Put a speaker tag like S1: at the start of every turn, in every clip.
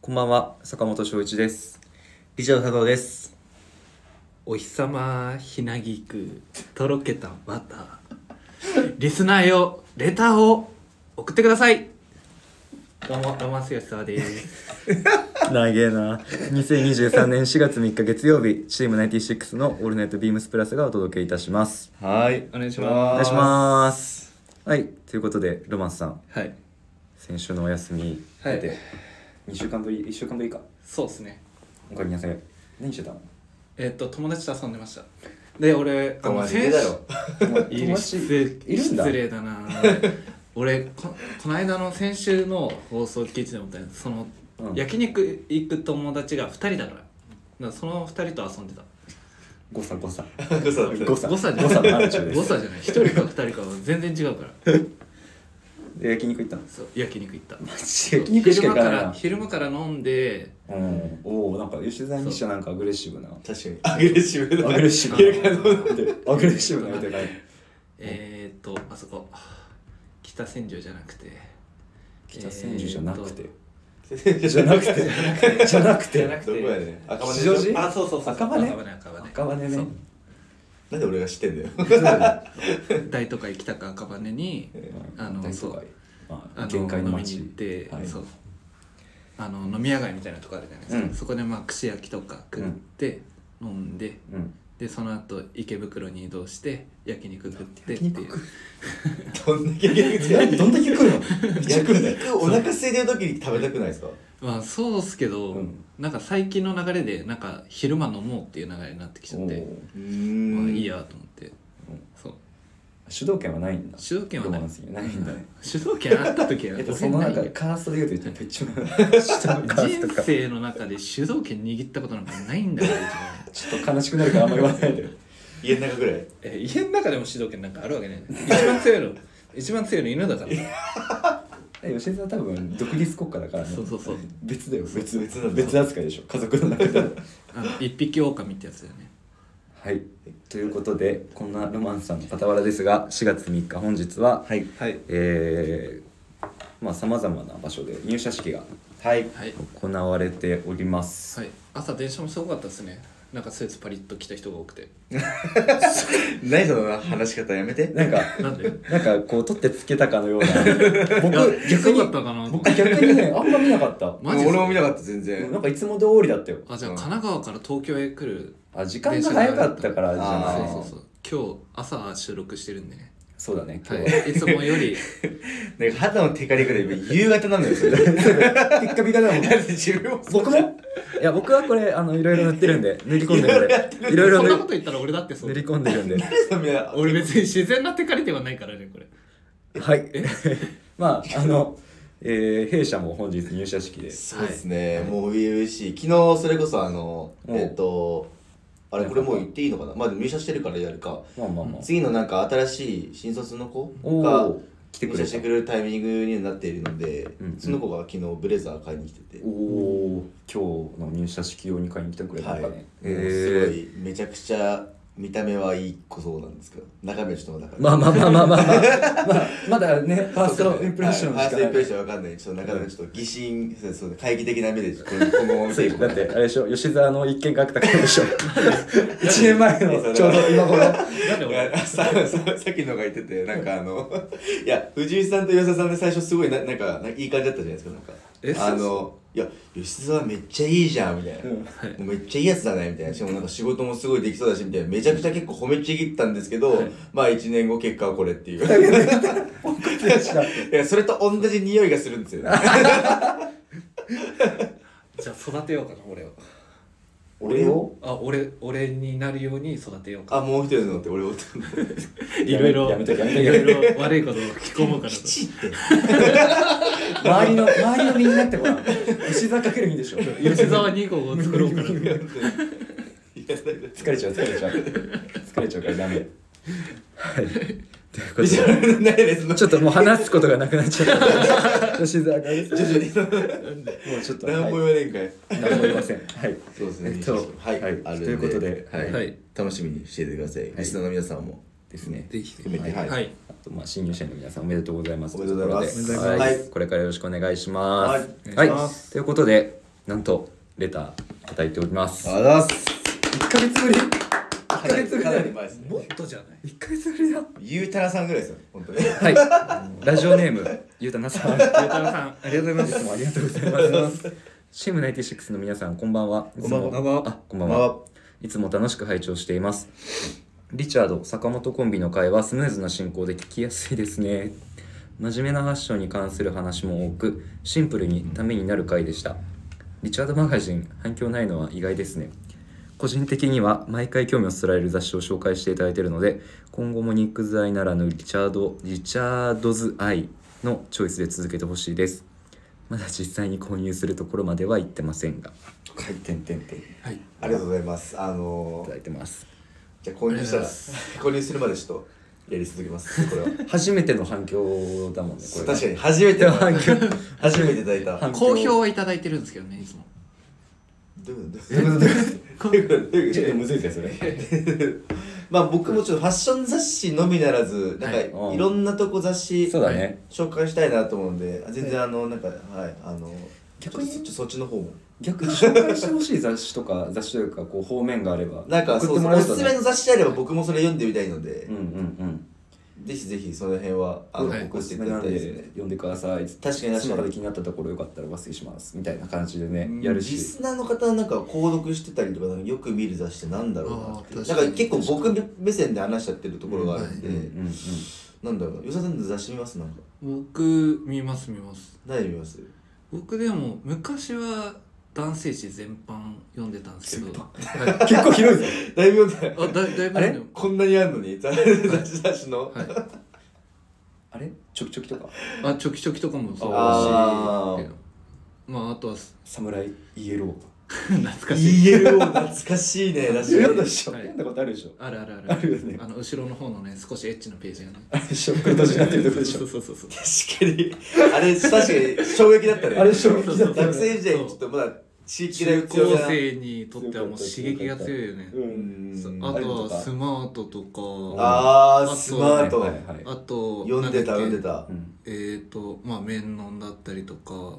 S1: こんばんは、坂本翔一です。リチャード佐藤です。
S2: お日様ひなぎくとろけたバターリスナーよレターを送ってくださいどうもロマンス吉沢です
S1: なげえな。2023年4月3日月曜日、チーム96のオールナイトビームスプラスがお届けいたします。
S3: はい。
S2: お願いします
S1: お願いします。はい、ということで、ロマンスさん、
S2: はい
S1: 先週のお休み
S2: はい
S1: で、2週間ぶり、1週間ぶりか。
S2: そうですね
S1: おかえりなさい。何してたの
S2: えっと友達と遊んでましたで俺あ
S1: お前
S2: 先週
S1: だろ。
S2: いる失
S1: いるんだ
S2: 失礼だな俺ここの間の先週の放送聞いてて思ったんですそ
S1: う
S2: の、
S1: ん
S2: 焼肉行く友達が2人だからだからその2人と遊んでた
S1: 誤差誤差。
S3: 嘘だ
S1: 誤差。
S2: 誤差じゃ
S1: 誤差の範
S2: ない
S1: 疇です
S2: 誤差じゃない一人か二人かは全然違うから
S1: で、焼肉行ったの
S2: そう焼肉行った
S1: マジ焼肉しか行かないな。
S2: 昼間から昼間から飲んで
S1: うん、おおなんか吉田にしてはなんかアグレッシブな
S3: 確かに。アグレッシブだ。
S1: アグレッシブ
S3: 昼から飲んで
S1: アグレッシブな歌が
S2: えー、っとあそこ北千住じゃなくて
S1: 北千住じゃなくて、じ
S3: じ
S1: ゃなくてじゃなく
S2: じゃな
S1: て
S2: く
S3: ど
S2: て
S3: こやねん。赤羽で
S1: 吉
S3: しょ
S1: 祥寺
S2: あそうそうそう
S1: 赤羽ね
S2: 赤羽赤羽
S1: 赤羽ね
S2: そう
S3: なんで俺が知ってんだよ。
S2: 大都会北か赤羽 にあの
S1: 大都
S2: そ
S1: 会
S2: う
S1: ま
S2: あ
S1: あ
S2: の
S1: 限界の街
S2: 飲みに行って、
S1: はい
S2: そうあの飲み屋街みたいなとこあるじゃないですか、
S1: うん
S2: そこでまあ串焼きとか食って、飲んで
S1: うん
S2: でその後池袋に移動して焼肉食ってって
S1: 焼
S2: いう
S1: 肉
S3: どんだけ焼肉
S1: えどんだけ食うの
S3: 焼肉お腹空いてる時に食べたくないですか
S2: まあそうっすけど、
S1: うん
S2: なんか最近の流れでなんか昼間飲もうっていう流れになってきちゃっ
S1: お
S2: て
S1: ー
S3: う
S2: まあ
S3: ん
S2: いい。やと思って、そう
S1: 主導権はないんだ
S2: 主導権はない
S1: ロマンスにないんだね
S2: 主導権あった時は
S1: やっぱその
S2: 俺
S1: 中
S2: ないよ
S1: カーストで言うと一番めっちゃ下のカースト
S2: 人
S1: か
S2: 生の中で主導権握ったことなんかないん だよ一
S1: ちょ
S2: 番
S1: っと悲しくなるからあんまり言わないで
S3: 家の中ぐらい。
S2: え家の中でも主導権なんかあるわけね一番強いの 一番強いの犬だから
S1: え吉田は多分独立国家だからね
S2: そうそうそう
S1: 別だよ別
S3: 別々なんだ
S1: 別扱いでしょ家族の中では
S2: あの一匹狼ってやつだよね
S1: はい、ということでこんなロマンスさんの傍らですが4月3日本日は、
S3: はい。
S2: はい
S1: えーまあさまざまな場所で入社式が
S3: はい。
S2: はい、
S1: 行われております、
S2: はい、朝電車もすごかったですねなんかスーツパリッと着た人が多くて
S3: 何その話し方やめて。
S1: なんか
S2: なんで
S1: なんかこう取ってつけたかのような 僕
S2: いや
S1: 逆
S2: そうだ
S1: に
S2: ったかな
S1: 僕逆に ねあんま見なかった
S2: マジっす
S3: 俺も見なかった、全
S1: な
S3: 然
S1: ん。かいつも通りだったよ
S2: あじゃあ神奈川から東京へ来る
S1: あ時間が早かったからじ
S3: 電
S1: ゃ
S3: 車が
S1: ない
S3: 早かった
S2: そうそうそう今日朝収録してるんでね、
S1: そうだね今日は、
S2: はい、いつもよ り
S3: なんか肌のテカリぐらい、今夕方なんだよ、 それ。だ
S1: ピッカピカだ もん
S3: って自分も。
S1: 僕もいや僕はこれあのい ろいろ塗ってるんで塗り込んでるんでいろい
S2: そ
S1: ろ
S2: んなこと
S1: 塗
S2: 言ったら俺だってそう
S1: り込んでる んで
S2: 俺別に自然なテカリではないからねこれ
S1: はい。 まあ、あの、えー弊社も本日入社式で。
S3: そうですね、もう初々しい昨日それこそあの
S1: うん
S3: えっ、とあれこれもう言っていいのかなまあでも入社してるからやるか
S1: まあまあまあ。
S3: 次のなんか新しい新卒の子
S1: お
S3: が
S1: お、来て
S3: 入
S1: くれ
S3: 社して
S1: た
S3: く。れるタイミングになっているので、
S1: うん
S3: その子が昨日ブレザー買いに来てて、
S1: おお、今日の入社式用に買いに来てくれた
S3: は
S1: の
S3: い、
S1: か
S3: も
S1: ね。
S3: うすご
S1: え
S3: いめちゃくちゃ見た目はいい子そうなんですけど中身はちょっとまだ
S1: ーまあまあまあまあまあま あ、まあ、まだね、ファーストインプレッションし
S3: しか
S1: か
S3: ファースト
S1: な
S3: インプレッ
S1: い。
S3: ションわかんないちょっと中身ちょっと疑心そうそう懐疑的な目で今後も見ていこう
S1: だって、あれでしょ、吉沢の一見があったからで しょ。一年前の、ちょうど今頃。
S2: なんで
S3: いや
S2: 俺
S3: さささっきのが言っててなんかあの いや藤井さんと吉田さんで最初すごいななんかなんかいい感じだったじゃないですかなんか
S2: え
S3: あのいや吉沢めっちゃいいじゃんみたいな、
S1: うん
S3: もうめっちゃいいやつだねみたいなしかもなんか仕事もすごいできそうだしみたいなめちゃくちゃ結構褒めちぎったんですけど、まあ1年後結果はこれっていう いやそれと同じ匂いがするんですよね
S2: じゃあ育てようかな俺を
S1: 俺を
S2: あ俺俺になるように育てようか
S3: あもう一人のって俺を
S2: いろい ろ
S1: やめとけやめとけ
S2: いろいろ悪いことを吹き込もうか なと
S3: チって
S1: 周りの、周りのみんなってほ ら、吉沢かけるんでしょ。疲
S2: 吉沢2号を作ろう かなと
S3: いやだって
S1: れちゃう、疲れちゃう。疲れちゃうからダメ。はい。ということで
S3: ビジ。ュアルないです
S1: ちょっともう話すことがなくなっちゃった。吉沢がです。
S3: 徐々に
S1: もうちょっと。
S3: 何も言わねんかい
S1: はい何も言いません。はい。
S3: そうです
S1: え
S3: ね。
S1: っと
S3: はい、
S1: はい
S3: あるん
S1: ということで
S3: はい、
S2: はい
S3: 楽しみにしていてください。リスナーの皆さんも
S1: ですね。
S2: ぜひぜ
S3: 含めて、
S2: ひはい
S1: あとまあ新入社員の皆さんおめでとうございます。
S3: おめでとうございます
S1: ころで
S3: おめでとうございます
S1: はいこれからよろしくお願いします。
S3: はいお願いし
S1: は
S3: ま
S1: い。ということでなんとレターいただいております
S3: あざっす
S1: 1ヶ月ぶり
S3: か
S1: 1
S3: な
S1: ヶ
S3: り
S1: 月ぶりだ
S3: かな
S1: よ
S3: り前ですね
S2: もっとじゃない
S1: 1ヶ月ぶりだ
S3: ゆうたらさんぐらいですよ本当に
S1: はいラジオネームゆうたなさん
S2: ゆうたろうさんありがとうございます
S1: もありがとうございます。チームナインティシックスの皆さん、こんばんは。いつも
S3: こんば
S2: んは
S1: あ、こんばんは。いつも楽しく拝聴しています。リチャード、坂本コンビの会はスムーズな進行で聞きやすいですね。真面目なファッションに関する話も多く、シンプルにためになる回でした。リチャードマガジン、反響ないのは意外ですね。個人的には毎回興味をそそられる雑誌を紹介していただいているので今後も肉剤ならぬリチャード・リチャードズ・アイのチョイスで続けてほしいですまだ実際に購入するところまでは行ってませんが
S3: はいてんてんてん
S2: はい
S3: ありがとうございますあの
S1: いた
S3: ー
S1: だいてます
S3: じゃあ購入したら
S2: ありがとうございま
S3: 購入するまでちょっとやり続けます これは
S1: 初めての反響だもんねこれ
S3: 確かに初めての
S1: 反響
S3: 初めていただいた
S1: 反響
S2: 好評はいただいてるんですけどねいつも
S3: どういうことどういうことどういうことどういうこと
S1: ちょっとむずい ですよそ
S3: まあ僕もちょっとファッション雑誌のみならずなん
S2: は
S3: か
S2: い
S1: うん
S3: いろんなとこ雑誌
S1: そうだね
S3: 紹介したいなと思うんであ全然あのなんかはいあの
S1: 逆に
S3: ちょっとそっちの方も
S1: 逆に紹介してほしい雑誌とか 雑誌というかこう方面があれば
S3: なんか
S1: 送っ
S3: そ
S1: て
S3: うそ
S1: も
S3: う
S1: ら
S3: お
S1: えると
S3: すすめの雑誌であれば僕もそれ読んでみたいので、
S1: うんうんうん
S3: ぜひぜひその辺はあの、
S2: はい
S3: 送
S1: お
S3: っ
S1: す
S3: て
S1: す
S3: い
S1: め
S3: た
S1: なん
S3: だきたい
S1: で
S3: ですね
S1: 読んでください確
S3: かに確かに
S1: その中で気になったところよかったら忘れしますみたいな感じでね
S3: うん
S1: やるし
S3: リスナーの方なんか購読してたりとかなんかよく見る雑誌ってなんだろうなって
S2: あー確
S3: なん
S2: かに
S3: か結構僕目線で話しちゃってるところがあるんで、
S1: うんうんうん
S3: なんだろう吉田さんって雑誌見ますなんか
S2: 僕見ます見ます
S3: 何 見ます
S2: 僕でも昔は男性誌全般読んでたんですけど、はい、
S1: 結構広いぞ
S3: だいぶ読んで
S2: あだだいぶ読んでも
S3: こんなにあんのに雑 誌雑誌の、
S2: はい
S1: あれちょきちょきとか
S2: あチョキチョキとかもそう
S3: あ
S2: だ
S3: ー
S2: しけどまああとはす
S1: 侍イエロー
S2: 懐かしい
S3: ELO 懐かしいね確か
S1: 読んだ
S3: に
S1: でしょ
S2: はい
S1: 読んだことあるでしょ
S2: あるあるある
S1: あるよね
S2: あの後ろの方のね少しエッチなページがね
S1: あれでしょ黒閉じになってるとこでし
S2: そう
S1: ょ
S2: そうそうそう
S3: 確かにあれ確かに衝撃だったね
S1: あれ衝撃だったね
S3: 学生時代ちょっとまだ地域
S2: 中
S3: で強
S2: 高
S3: めな
S2: 生にとってはもう刺激が強いよね
S1: う
S3: うんん
S2: あ
S1: あれ
S2: と
S1: と
S2: は
S1: か
S2: スマートとか
S3: あ
S2: あ
S3: ー
S2: と
S3: スマー ト、
S1: はいはい
S2: あと
S3: 読んでた
S2: な
S3: 読ん
S2: だっけ
S3: でた
S1: うん
S2: えーとまあ面飲んだったりとか、
S1: う
S2: も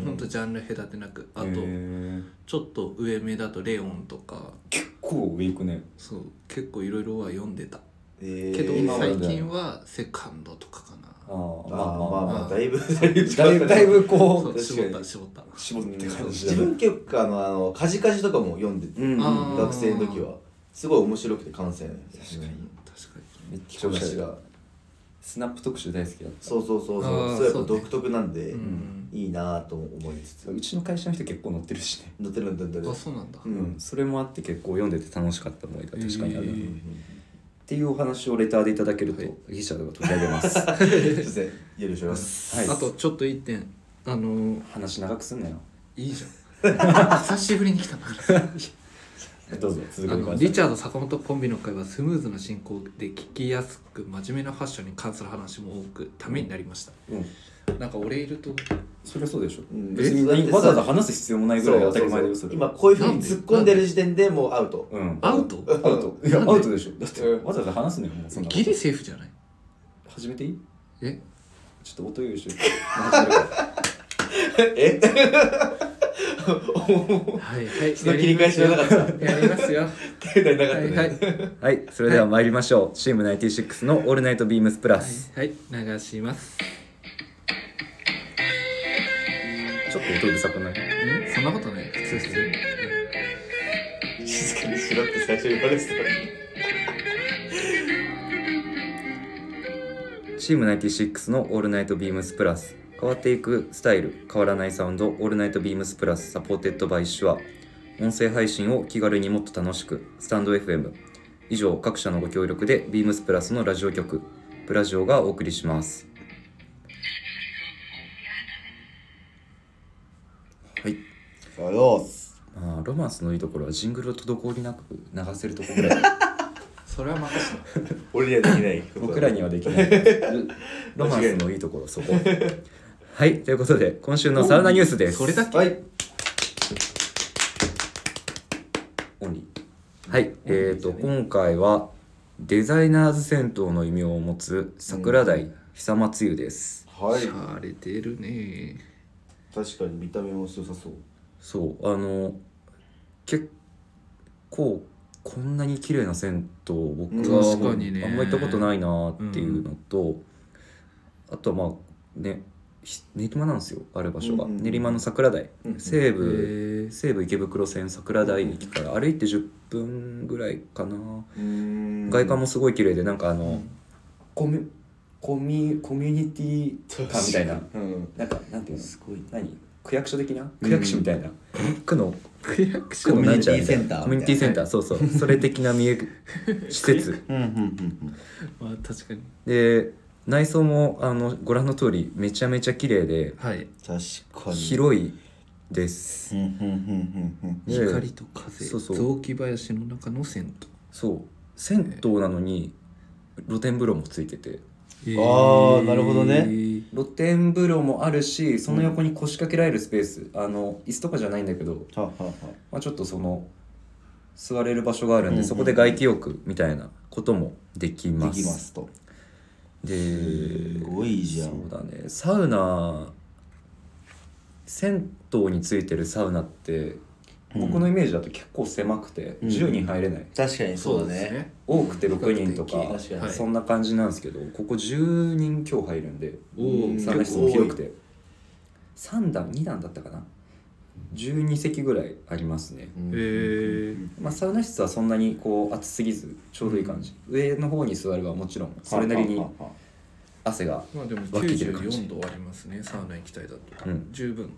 S1: ん
S2: うほんとジャンル隔てなくあと
S1: へー
S2: ちょっと上目だとレオンとか
S1: 結構上行くね
S2: そう結構いろいろは読んでた
S3: え
S2: けど、
S1: 今は
S2: 最近はセカンドとかか
S1: あ
S2: な
S1: ー
S3: ま
S1: まあ
S3: あ
S1: ま
S3: ま
S1: あ
S3: あ
S1: ま
S3: ま
S2: あ
S3: あだいぶ
S1: あだいぶだいぶ
S2: そ
S1: こ
S2: う
S3: 確かに
S2: 絞った絞った
S1: う絞って感じだ
S3: 自
S1: ね
S3: 分結構あのあのカジカジとかも読んでて、
S1: うんうん
S2: あー
S3: 学生の時はすごい面白くて感性確かに
S2: 確かに
S1: めっちゃおしゃ
S3: 話
S1: れ
S3: が
S1: スナップ特集大好きだった
S3: そうそうそう
S2: あ
S3: そ
S2: ー
S3: うそうや
S2: そ
S3: っ
S2: うね
S3: ぱ独特なんで、
S2: うん
S3: いいなぁと思いつつ
S1: うちの会社の人結構乗ってるしね
S3: 乗ってる乗ってる乗
S2: あ
S3: ってる
S2: そうなんだ、
S3: う
S1: うん
S3: ん、
S1: それもあって結構読んでて楽しかった思い出確かにあるな、
S2: へー
S1: っていうお話をレターでいただけると、
S2: はい
S1: ギシャドが取り上げますは
S3: ちょっとねよろしくお願いします
S1: い
S2: あとちょっと一点あのー
S1: 話長くすんなよ
S2: いいじ ゃん久しぶりに来たな
S1: どうぞ続
S2: あ
S1: けてく
S2: の
S1: ださい
S2: リチャード坂本コンビの会はスムーズな進行で聞きやすく真面目なファッションに関する話も多くためになりました、
S1: うん、
S2: なんか俺いると
S1: そりゃそうでしょ、
S3: うん
S1: 別にわざわざ話す必要もないぐらい
S3: そ
S1: 当
S3: う
S1: たり前だよ
S3: そう
S1: それ
S3: そう今こういうふうに突っ込んでる時点でもうアウト
S1: うん
S2: アウト
S1: アウトいや
S2: なんで
S1: アウトでしょだって
S3: うん
S1: わざわざ話すのよもうそんなこと
S2: ギリセーフじゃない
S1: 始めていい
S2: え
S1: ちょっと音用意して始めるから
S3: え
S2: はい はい
S3: その切り返しはなかった
S2: たやりますよは
S3: 手がなかった
S2: い
S3: ね、
S2: はい
S1: はいそれでは参りましょう、チーム96の「オールナイトビームスプラス
S2: はい流します」
S1: ちょっと音うるさくない
S2: んそんなことない普通普通
S3: 静かにしろって最初言われてたのに
S1: チーム96の「オールナイトビームスプラス」変わっていくスタイル変わらないサウンド「オールナイトビームスプラス」サポーテッドバイシュア音声配信を気軽にもっと楽しくスタンド FM 以上各社のご協力でビームスプラスのラジオ局プラジオがお送りしますはい
S3: あどうす
S1: まあロマンスのいいところはジングルを滞りなく流せるところぐ らい
S2: それは任せた
S3: 俺にはできないことだ
S1: 僕らにはできないロマンスのいいところそこはいということで今週のサウナニュースです
S2: それだけ
S3: はい
S1: オンリーはい、えっ、と今回はデザイナーズ銭湯の異名を持つ桜台久松湯です、
S3: はい
S2: しゃれてるね
S3: 確かに見た目も良さそう
S1: そうあの結構こんなに綺麗な銭湯僕は
S2: 確かにね
S1: あんま行ったことないなっていうのと、あとはまあねひ練馬なんですよある場所が、
S3: うんうんうん
S1: 練馬の桜台、
S3: うん
S1: 西
S2: へ
S1: 武
S2: ー
S1: 西武池袋線桜台駅から歩いて10分ぐらいかな、外観もすごい綺麗でなんかあの、コミュコミコミュニティ感みたいな
S3: うん
S1: なんかなんていうの
S3: すごい
S1: 何区役所的な区役所みたいな、区の
S2: 区役所
S1: 区の
S3: コミュ
S1: なん
S3: ニ
S1: ちゃら
S3: ティ
S1: みたい
S3: センター
S1: なコミュニティセンターそうそう それ的な見え施設
S3: うんうんうん
S2: まあ確かに
S1: で内装もあのご覧の通りめちゃめちゃ綺麗で
S2: はい
S3: 確かに
S1: 広いです
S3: うんうんうんうん
S1: ね
S2: 光と風
S1: そうそう
S2: 雑木林の中の銭
S1: そう銭湯なのに露天風呂もついてて
S2: 湯
S3: あーなるほどね
S1: 露天風呂もあるしその横に腰掛けられるスペースあの椅子とかじゃないんだけど
S3: ははは
S1: まあ、ちょっとその座れる場所があるんで、
S3: うんうん
S1: そこで外気浴みたいなこともでき
S3: で
S1: ます
S3: きますと
S1: です
S3: ごいじゃん
S1: そうだねサウナ銭湯についてるサウナって
S3: うん
S1: 僕のイメージだと結構狭くて、
S3: うん
S1: 10人入れない
S3: 確かにそうだね
S1: 多くて6人とか
S2: 比較
S3: 的確か
S2: に
S1: そんな感じなんですけど、ここ10人強入るんで
S2: おお
S3: うん
S1: サウナ室も広くて3段2段だったかな12席ぐらいありますね
S3: うん
S2: へえ
S1: まあ、サウナ室はそんなにこう暑すぎずちょうどいい感じ、上の方に座ればもちろんそれなりに
S3: ははは
S1: 汗が
S2: まあでも
S1: 湧き出る感じ
S2: 94度ありますねサウナ行きたいだと
S1: うん
S2: 十分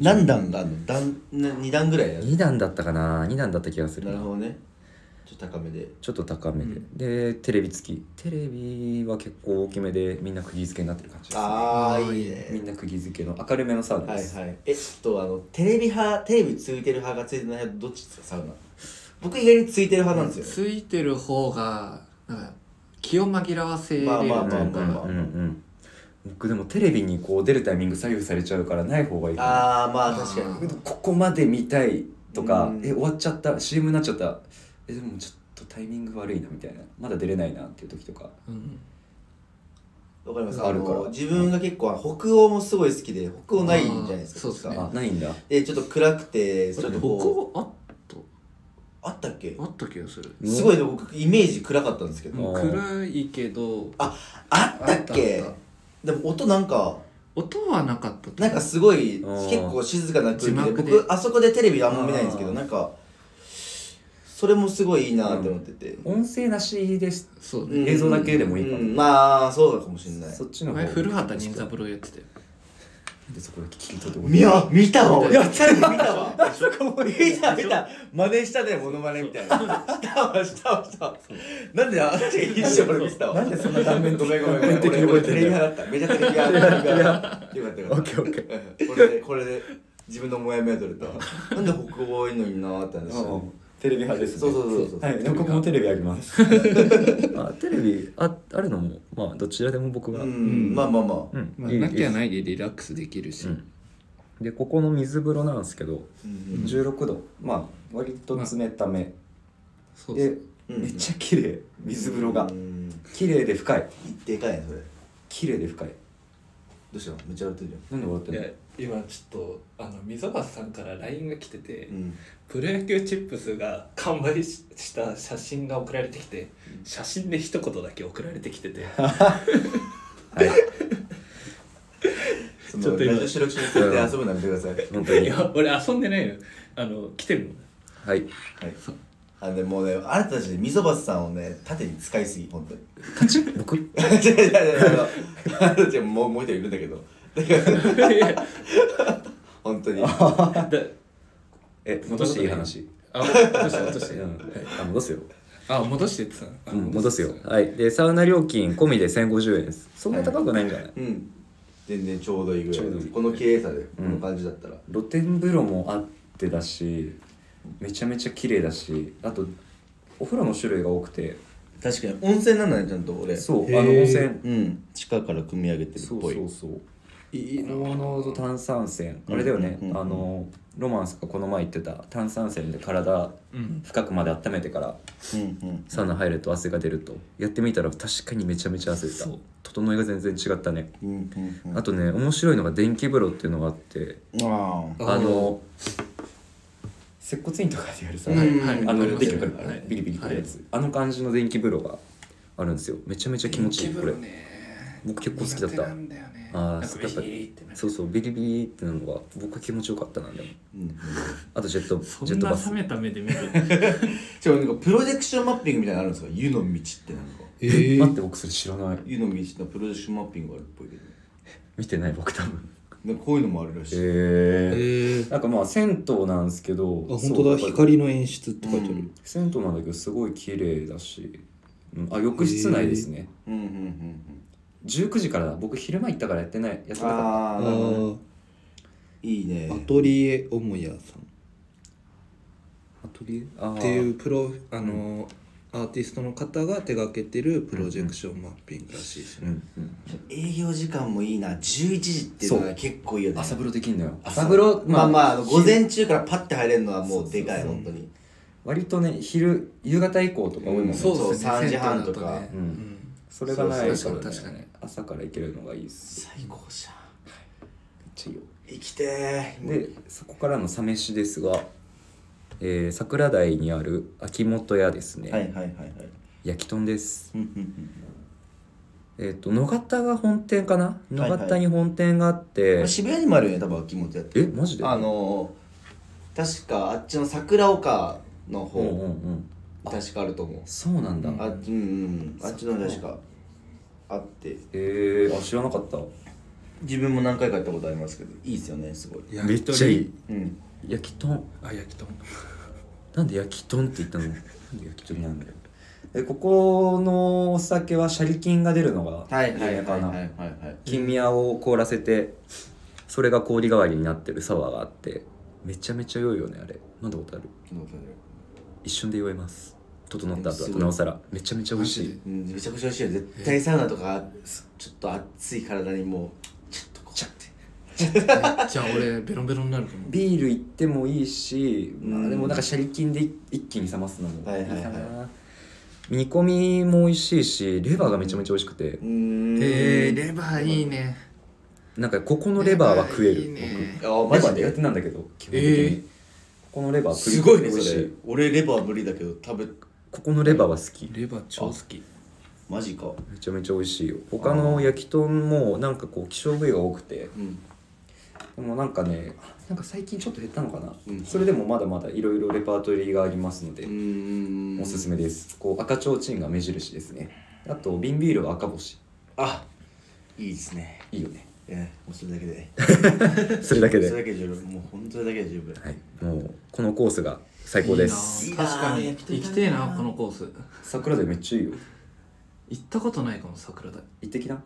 S3: 何段があるの段な二段ぐらいある
S1: 2段だったかな2段だった気がす
S3: な
S1: る
S3: る
S1: な
S3: ほどねちょっと高めで
S1: ちょっと高めで、
S2: うん
S1: でテレビ付きテレビは結構大きめでみんな釘付けになってる感じです、ね、
S3: あ
S2: あ
S3: あ
S2: ー
S3: い
S2: い
S3: い
S2: い
S1: み
S3: ね
S1: んな釘付けの明るめのサウナ
S3: は
S1: で
S3: い
S1: す、
S3: はいえちょっとあのテレビ派テレビついてる派がついてない派どっちですかサウナ僕意外についてる派なんですよ
S2: ついてる方がなんか気を紛らわせれるという
S3: まあまあまあまあ
S2: か
S1: うんうんうん僕でもテレビにこう出るタイミング左右されちゃうからない方がいいかな
S3: ああまあ確かに
S1: ここまで見たいとか、
S3: うん
S1: え終わっちゃった CM になっちゃったえでもちょっとタイミング悪いなみたいなまだ出れないなっていう時とか
S2: うん
S3: わかります
S1: あ
S3: あ
S1: るから
S3: の自分が結構あの北欧もすごい好きで北欧ないじゃないですか
S2: あーそうですね
S3: 実は
S1: あないんだ
S3: でちょっと暗くて
S2: あ
S3: ち
S2: れ北
S3: ょっとこ
S2: 欧あった
S3: うあったっけ
S2: あった気がする
S3: すごいね僕イメージ暗かったんですけ
S1: うん
S3: ど
S2: 暗いけど
S3: あったっ
S2: あっ
S3: け
S2: たあった
S3: でも音なんか
S2: 音はなかったと
S3: なんかすごい
S1: うん
S3: 結構静かな空気
S2: 字
S3: で
S2: 幕で
S3: 僕あそこでテレビあんま見ないんですけど
S1: うん
S3: なんかそれもすごいいいなって思ってて、
S1: 音声なしです
S2: そう
S3: うん
S2: ね
S1: 映像だけでもいいかも
S3: うんまあそうかもしれない
S1: そっちの方
S2: 前古畑任三
S1: 確か
S2: 郎やってたよ
S1: にでそこで聞き取って
S3: 見や見たわ
S2: いや
S3: た見たわ見た見た真似したねモノマネみたいなしたわしたわしたわなんであっち一緒俺見てたわ
S1: なんでそんな断面
S3: ご
S1: と
S3: めんごめんごめん
S1: 的に覚え
S3: 俺俺
S1: てる
S3: テレビ派だっためちゃテレビ派よかったよ か
S1: オ
S3: った
S1: ッケーオッケー
S3: これでこれで自分のモヤモヤ取れたわなんで北欧多いのになーって話した
S1: うんテレビ派ですね
S3: そうそうそうそう
S1: はいでも僕もテ レビありますまあテレビああるのもまあどちらでも僕は
S3: う
S1: うん
S3: んまあまあまあ
S2: まあなきゃ
S1: い
S2: ないでリラックスできるし
S1: うんでここの水風呂なんですけど
S3: うん
S1: 16度まあ割と冷ため
S2: そうそ
S1: で
S2: う
S3: うん
S1: めっちゃ綺麗水風呂が
S3: うん
S1: 綺麗で深い
S3: でかいねそれど
S1: 綺麗で深いう
S3: したのめっちゃ笑ってる
S1: なんで笑ってんの
S2: 今ちょっとあの溝端さんから LINE が来てて
S3: じゃんうん
S2: プロ野球チップスが完売しした写真が送られてきて写真で一言だけ送られてきてて
S3: そ
S2: ちょ
S3: の
S2: っと今
S3: ラジオ収録中にそれで遊ぶのやめてください
S1: 本当
S2: い
S1: に
S2: や俺遊んでないよあの来て るの
S1: はい
S3: はいあでもうねあなたたちね溝端さんをね縦に使いすぎ本当に
S1: 立ち僕
S3: 違う違う違うあの あなたたちはもうもう一人いるんだけど
S2: いや
S3: 本当に
S2: だ
S1: え戻していい話
S2: あ戻して戻し
S1: う
S2: て、
S1: んあ戻すよ
S2: あ戻してって言ってた
S1: う
S2: の
S1: ん戻すよはいでサウナ料金込みで1050円ですそんな高くないんじゃない
S3: うん全然ちょうどいいぐらい
S1: ちょうどいい
S3: この綺麗さでこ
S1: うん
S3: の感じだったら、
S1: 露天風呂もあってだしめちゃめちゃ綺麗だしあとお風呂の種類が多くて
S3: 確かに温泉なんだねちゃんと俺
S1: そう
S2: へー
S1: あの温泉
S3: うん地下から組み上げて
S1: そうそうそういいの濃度炭酸泉あれだよね、
S3: うんうんうんうん
S1: あのロマンスがこの前言ってた炭酸泉で体
S2: うん
S1: 深くまで温めてから
S3: うんうん
S1: サウナ入ると汗が出るとやってみたら確かにめちゃめちゃ汗出た
S2: そう
S1: 整いが全然違ったね
S3: うんうんうん
S1: あとね面白いのが電気風呂っていうのがあって
S3: あ
S2: あー
S1: あの接骨院とかでやるさ、
S3: うん
S1: はい
S3: はい
S1: あ
S2: わか
S1: の
S2: りま
S1: ですき
S2: よ
S1: るから、
S2: はい
S1: ビリビリくるやつ、あの感じの電気風呂があるんですよめちゃめちゃ気持ちいいこれ僕結構好きだったあ
S2: あ
S1: あ
S2: あ、やっぱり。
S1: そうそうビリビリってなのが僕は気持ちよかったなでも
S3: うん
S1: あとジェット
S2: そ
S1: ジェ
S2: ん
S1: ット
S2: な
S1: バス
S2: 冷めた目で見る。
S3: じゃあなんかプロジェクションマッピングみたいなのあるんですか湯の道ってなんか
S2: え
S1: 待って僕それ知らない
S3: 湯の道のプロジェクションマッピングがあるっぽいけど
S1: 見てない僕多分
S3: なんかこういうのもあるらしい、
S1: え
S4: えー、
S1: なんかまあ銭湯なんですけど
S4: あ本当だ
S1: そう
S4: 光の演出って書いてある、
S1: 銭湯なんだけどすごい綺麗だし、うん、あ浴室内ですね、
S3: うんうんうんうん
S1: 19時からだ僕昼間行ったからやってないやってなかっ
S3: ああなるほどねいいね
S4: あーアトリエ母屋さん
S1: たアトリエあー
S4: っていうプロあのーアーティストの方が手掛けてるプロジェクションマッピングらしいですね、
S1: うんうん
S3: 営業時間もいいな11時っていうの
S1: そ
S3: が
S1: う
S3: 結構いいよね
S1: 朝風呂できんのよ
S3: 朝
S1: 朝風呂
S3: まあまああの午
S1: 昼
S3: 前中からパッて入れるのはもうでかい本当に
S1: 割とね昼夕方以降とか多いもんね、
S3: うん
S2: そうそう、
S3: そう3時半とか
S1: う
S2: うんん。
S1: それがない
S2: そうそう確かに確
S1: 朝から行けるのがいいっす
S3: 最高じゃん
S1: めっちゃいいよ
S3: 生きてー
S1: でそこからのサメシですが、えー桜台にある秋元屋ですね、
S3: はいはいはいはい
S1: 焼き豚です
S3: うんうん
S1: えっ、と野方が本店かな野
S3: はい
S1: 方に本店があって、
S3: うん渋谷にもあるよね多分秋元やって
S1: えマジで
S3: あのー、確かあっちの桜丘の
S1: うんうんう
S3: 方
S1: ん
S3: 確かあると思う
S1: そうなんだ、
S2: うん
S3: あっちうんうんあっちの確かあって
S1: えー、あ知らなかった
S3: 自分も何回か行ったことありますけどいいですよねすごい
S1: めっちゃいい
S3: うん
S1: 焼き豚
S2: あ、焼き豚。
S1: なんで焼き豚って言ったのなんで焼き豚なんだよえここのお酒はシャリ菌が出るのが
S3: はいはい
S1: 有
S3: は
S1: 名
S3: いは
S1: か
S3: い
S1: な
S3: はいはい
S1: 金宮を凍らせてそれが氷代わりになってるサワーがあってめちゃめちゃ良いよねあれ飲んだことある
S3: 昨日食べる
S1: 一瞬で酔えます整った後
S3: す
S1: だ
S3: ご
S1: と
S3: い
S1: なおさらめちゃめちゃ美味し
S2: マジ
S1: い
S2: で
S3: うんめちゃくちゃ美味しいよ絶対サウナとかすちょっと熱い体にもうちょっとこうちゃって
S2: じゃあ、俺、ベロンベロンになるか も。
S1: ビール行ってもいいし、ま
S3: う
S1: あ、
S3: ん
S1: でもなんかシャリ菌で一気に冷ますのも
S3: はい
S1: い
S3: はいいは
S1: か
S3: い
S1: な煮込みも美味しいしレバーがめちゃめちゃ美味しくて
S3: うーん
S2: えー、レバーいいね。
S1: なんかここのレバーは食え
S2: いい
S1: る
S2: ね
S3: あ
S1: 僕レ
S3: マ
S1: バー
S3: ジ
S1: でやっ
S3: で
S1: てなんだけど基本的
S2: え
S1: に
S2: ー
S1: ここのレバー
S3: すごいね
S1: 美
S3: そ
S1: 味し
S3: れ俺レバー無理だけど食べ
S1: ここのレバーは好き
S2: レバー超好き。
S3: マジか
S1: めちゃめちゃ美味しいよ他の焼き豚もなんかこう希少部位が多くて
S3: うん
S1: でもなんかねなんか最近ちょっと減ったのかな、
S3: うん
S1: それでもまだまだいろいろレパートリーがありますので、
S3: うーん
S1: おすすめですこう赤ちょうちんが目印ですねあと瓶ビールは赤星
S3: あいいですね
S1: いいよね
S3: ええもうそれだけ で
S1: それだけ
S3: それ
S1: で、
S3: だけで十分もう本当にそれだけで十分
S1: はい、もうこのコースが最高です
S2: いいな確か
S3: いい
S2: に。
S3: な
S2: 行きてえな、このコース。
S1: 桜でめっちゃいいよ
S2: 行ったことないかも、桜台。
S1: 行ってきな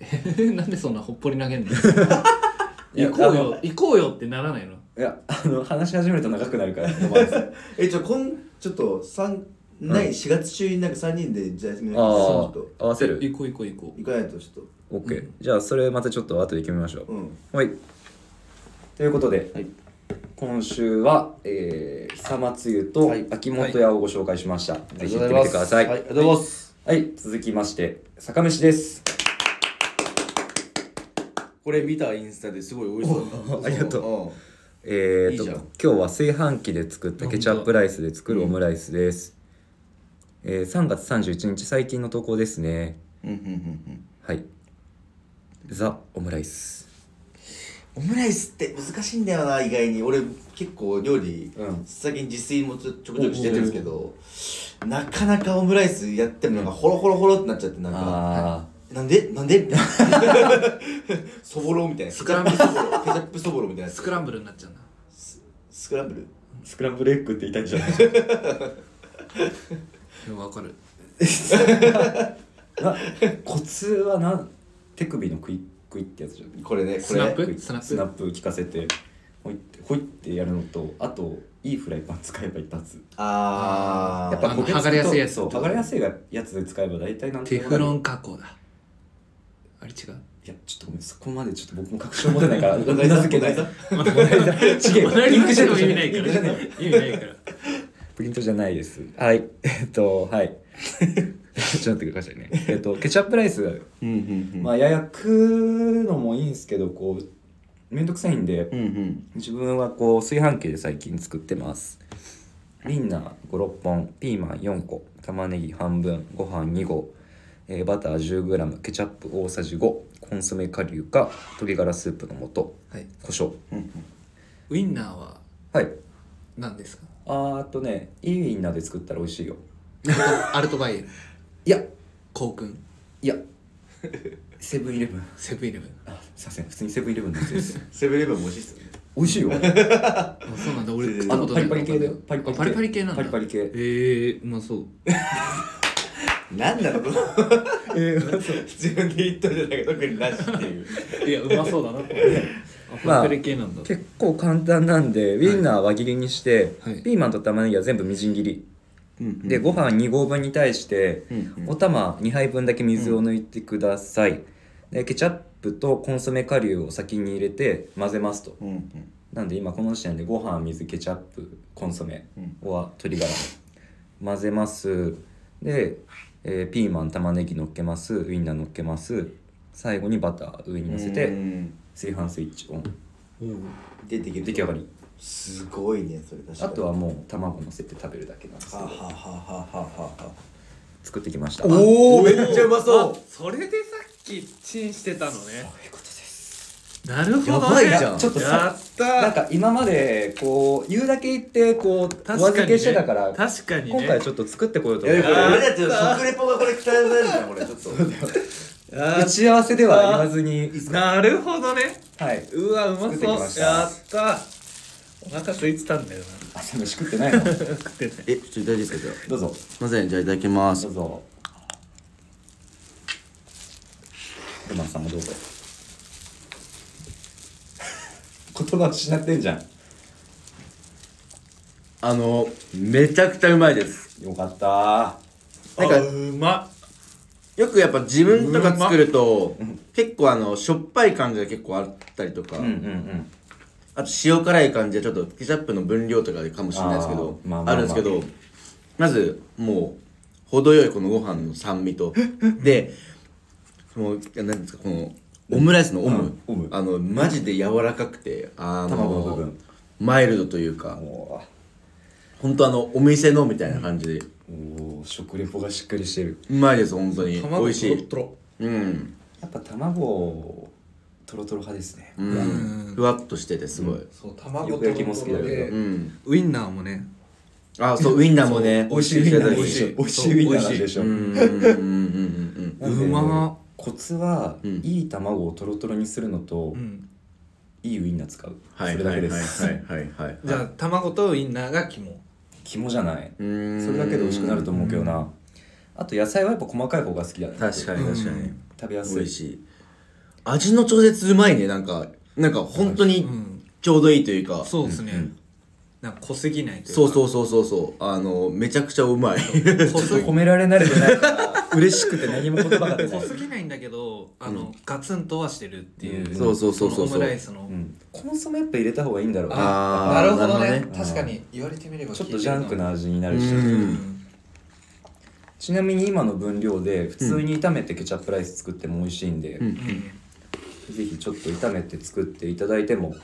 S2: えー、 なんでそんなほっぽり投げんの
S1: いや
S2: 行こう
S1: あの
S2: よ、行こうよってならないの。
S1: いやあの話し始めると長くなるから飲まないです
S3: えじゃあこんちょっと三ない4月中になんか3人でじゃあ休み
S1: ああ
S3: の日ちょっ
S1: 合わせる
S2: 行こう行こう行こと
S3: 行かないとちょっ
S1: OK、じゃあそれまたちょっと後で決めましょう
S3: とうん
S1: はい。ということで、
S3: はい
S1: 今週は、えー、久松湯と
S3: はい
S1: 秋元屋をご紹介しました。ぜひ行ってみてください。
S3: はいあ
S1: は
S3: り
S1: い、
S3: がとうございます
S1: 続きまして、坂飯です。
S3: これ見たインスタですごい美味しそう
S1: おありがと
S3: う、
S1: えー、と
S3: いいじゃん
S1: 今日は炊飯器で作ったケチャップライスで作るオムライスです。えー、3月31日、最近の投稿ですね。
S3: うん、うんうんうん
S1: はい。ザ・オムライス。
S3: オムライスって難しいんだよな意外に俺結構料理、
S1: うん
S3: 最近自炊もちょちょくちょくしてるんですけどなかなかオムライスやってもなんかホロホロホロってなっちゃってなんか
S1: あ
S3: なんでな んで そぼろみたいな
S2: スクランブルそぼ
S3: ろケチャップそぼろみたいな
S2: う。
S3: やつ
S2: スクランブルになっちゃうんだ。
S3: スクランブル
S1: ースクランブルエッグって言いたいんじゃない
S2: でもわかる。
S1: なコツはな手首のクイックイってやつじゃん
S3: これねこ
S2: スナッ
S3: れ
S2: プ
S1: クイッ
S2: スナップ
S1: スナップ効かせてほいってほいってやるのとあといいフライパン使えば一発
S3: あー
S1: やっ
S2: あ
S1: ぱこ
S2: の
S1: てつくと
S2: 剥がれやすいやつ
S1: そう剥がれやすいやつで使えば大体なん
S2: テ
S1: と
S2: フロ
S1: ン
S2: ン加工だ。あれ違う
S1: いやちょっとごめんそこまでちょっと僕も確証持てないから
S3: うなずけない
S1: 違
S3: ぞ
S1: う
S2: 同じ
S1: リンク
S2: 話
S1: じ
S2: で
S1: ゃ
S2: も
S1: ない
S2: 意味ないか
S1: リンクじゃない
S2: ら意味ないから
S1: プリントじゃないですはいえっとはいちょっと待ってくださいねえっとケチャップライス
S4: うんうんうん
S1: まあやや食うのもいいんですけどこうめんどくさいんで
S4: うんうん
S1: 自分はこう炊飯器で最近作ってますウインナー56本ピーマン4個玉ねぎ半分ご飯2合、えーバター 10g ケチャップ大さじ5コンソメ顆粒か鶏ガラスープの素
S2: はい
S1: 胡椒
S2: ウインナーは
S1: はい
S2: 何ですか
S1: あーあとねいいウインナーで作ったら美味しいよ
S2: アルトバイエル
S1: いや
S2: コウ君
S1: いや セブンイレブン
S2: セブンイレブン
S1: あすいません普通にセブンイレブンのやつです
S3: セブンイレブンも美味しいっすよね
S1: 美味しいよ
S2: あそうなんだ俺食っ
S1: あ
S2: た
S1: の
S2: こと
S1: パ
S2: ない
S1: リパリ系だよパ
S2: パリ
S1: リ
S2: パ
S1: パ
S2: リ
S1: リ
S2: パリパリ系なんだ
S1: パリパリ系
S2: ええうまそう
S3: 何なのこ の自分で言っとるじゃなく特になしっていう
S2: いやうまそうだなこれ あパ
S1: まあ
S2: リパリ系なんだ
S1: 結構簡単なんでウインナー輪切りにして、
S2: はい
S1: ピーマンと玉ねぎは全部みじん切り、
S4: うん
S1: でご飯2合分に対して、
S4: うんうん
S1: お玉2杯分だけ水を抜いてください、でケチャップとコンソメ顆粒を先に入れて混ぜますと
S4: うんうん
S1: なんで今この時点でご飯水ケチャップコンソメ
S4: うん
S1: は鶏ガラ混ぜますで、えーピーマン玉ねぎ乗っけますウインナー乗っけます最後にバター上に乗せ
S4: う
S1: て
S4: ん
S1: 炊飯スイッチオン
S3: 出てきる
S1: 出来上がり
S3: すごいねそれ確か
S1: あ
S3: に
S1: とはもう卵乗せて食べるだけなんですけ
S3: ははは
S1: ど
S3: はははは
S1: 作ってきました
S3: おおめっちゃうまそう
S2: それでさっきチンしてたのね
S1: ということです
S2: なるほどね
S3: やばいじゃん
S1: ちょっと
S2: や
S1: さ
S2: った
S1: なんか今までこう言うだけ言ってこうお
S2: 確
S1: 預
S2: かに
S1: け
S2: ね
S1: してたから
S2: 確かにね
S1: 今回ちょっと作ってこようと
S3: い
S1: 思
S3: や
S1: っ
S3: で
S1: て
S3: もこれ俺たちの食レポがこれ期待されるじゃんこれちょっと
S1: 打ち合わせでは言わずに
S2: なるほどね
S1: はい。
S2: うわうま
S1: 作ってきまし
S2: そう
S1: た
S2: やったお腹空いてたんだよな
S1: 朝飯食ってないの
S2: 食ってね
S5: え、ちょっと大丈夫ですかじゃあ。
S1: どうぞ
S5: まずはじゃあいただきま
S1: ど
S5: す
S1: う。ぞルマンさんもどうぞ言葉失ってんじゃん
S5: あの、めちゃくちゃうまいです。
S1: よかった
S5: なんか
S2: あうま
S5: よくやっぱ自分とか作ると、結構あの、しょっぱい感じが結構あったりとか、
S1: うんうんうん
S5: あと塩辛い感じはちょっとケチャップの分量とかかもしれないですけど
S1: あーまあまあ、まあ
S5: あるんですけど、まずもう、程よいこのご飯の酸味と、で、その、何ですか、この、オムライスのオム、
S1: うんオム
S5: あの、マジで柔らかくて、あの、
S1: 卵の部分
S5: マイルドというか、
S1: おー
S5: 本当あのお店のみたいな感じで
S1: おー食レポがしっかりしてる
S5: うまいです本当に美
S2: 卵
S5: 味しい
S2: トロ
S5: うん
S1: やっぱ卵トロトロ派ですね
S5: う
S2: うん
S5: んふわっとしててすごい
S4: そう卵
S1: よく焼きも好きだけど
S4: とろとろ
S5: う
S4: で
S5: ん
S2: ウインナーもね
S5: あそうウインナーもね
S1: 美味しいウィンナー
S5: 美
S1: で
S5: 味
S1: し
S5: し
S1: ょ
S5: い
S1: 美味しいウィンナーなんでし
S5: う
S1: ょ
S5: んうんうんうんうん
S1: なんで
S2: うま
S1: コツは、
S5: うん
S1: いい卵をトロトロにするのと、
S2: うん
S1: いいウインナー使う、
S5: はい
S1: それ
S5: は
S1: だけ
S5: い
S1: で
S5: はい
S1: す、
S5: はいはいはい
S2: じゃあ卵とウインナーが肝
S1: 肝じゃない
S5: うん
S1: それだけで美味しくなると思うけどなあと野菜はやっぱ細かい方が好きだね
S5: 確かに確かに
S1: 食べやす
S5: 美
S1: い
S5: 味しい味の調節うまいねなんかなんか本当
S2: う
S5: に
S2: ん
S5: ちょうどいいというか
S2: そうですねなんか濃すぎないというか
S5: そう そうそうそうそうあのめちゃくちゃう まい
S2: 濃
S1: ちょっ
S2: す
S1: と褒められ慣れてないから嬉しくて何も言葉が出な
S2: 濃
S1: い、
S2: すぎないんだけどあのガツンとはしてるっていううん
S5: そうそうそうそうそう
S2: のオムライスの
S1: うん、コンソメやっぱ入れた方がいいんだろうな
S5: あーなるほどね
S2: 確かに言われてみれば
S1: ちょっとジャンク
S2: 聞
S1: な味になるし、
S5: うん
S2: い
S1: ちなみに今の分量で普通に炒めてケチャップライス作っても美味しいんで、
S5: うん
S2: てるな
S1: ぜひちょっと炒めて作っていただいても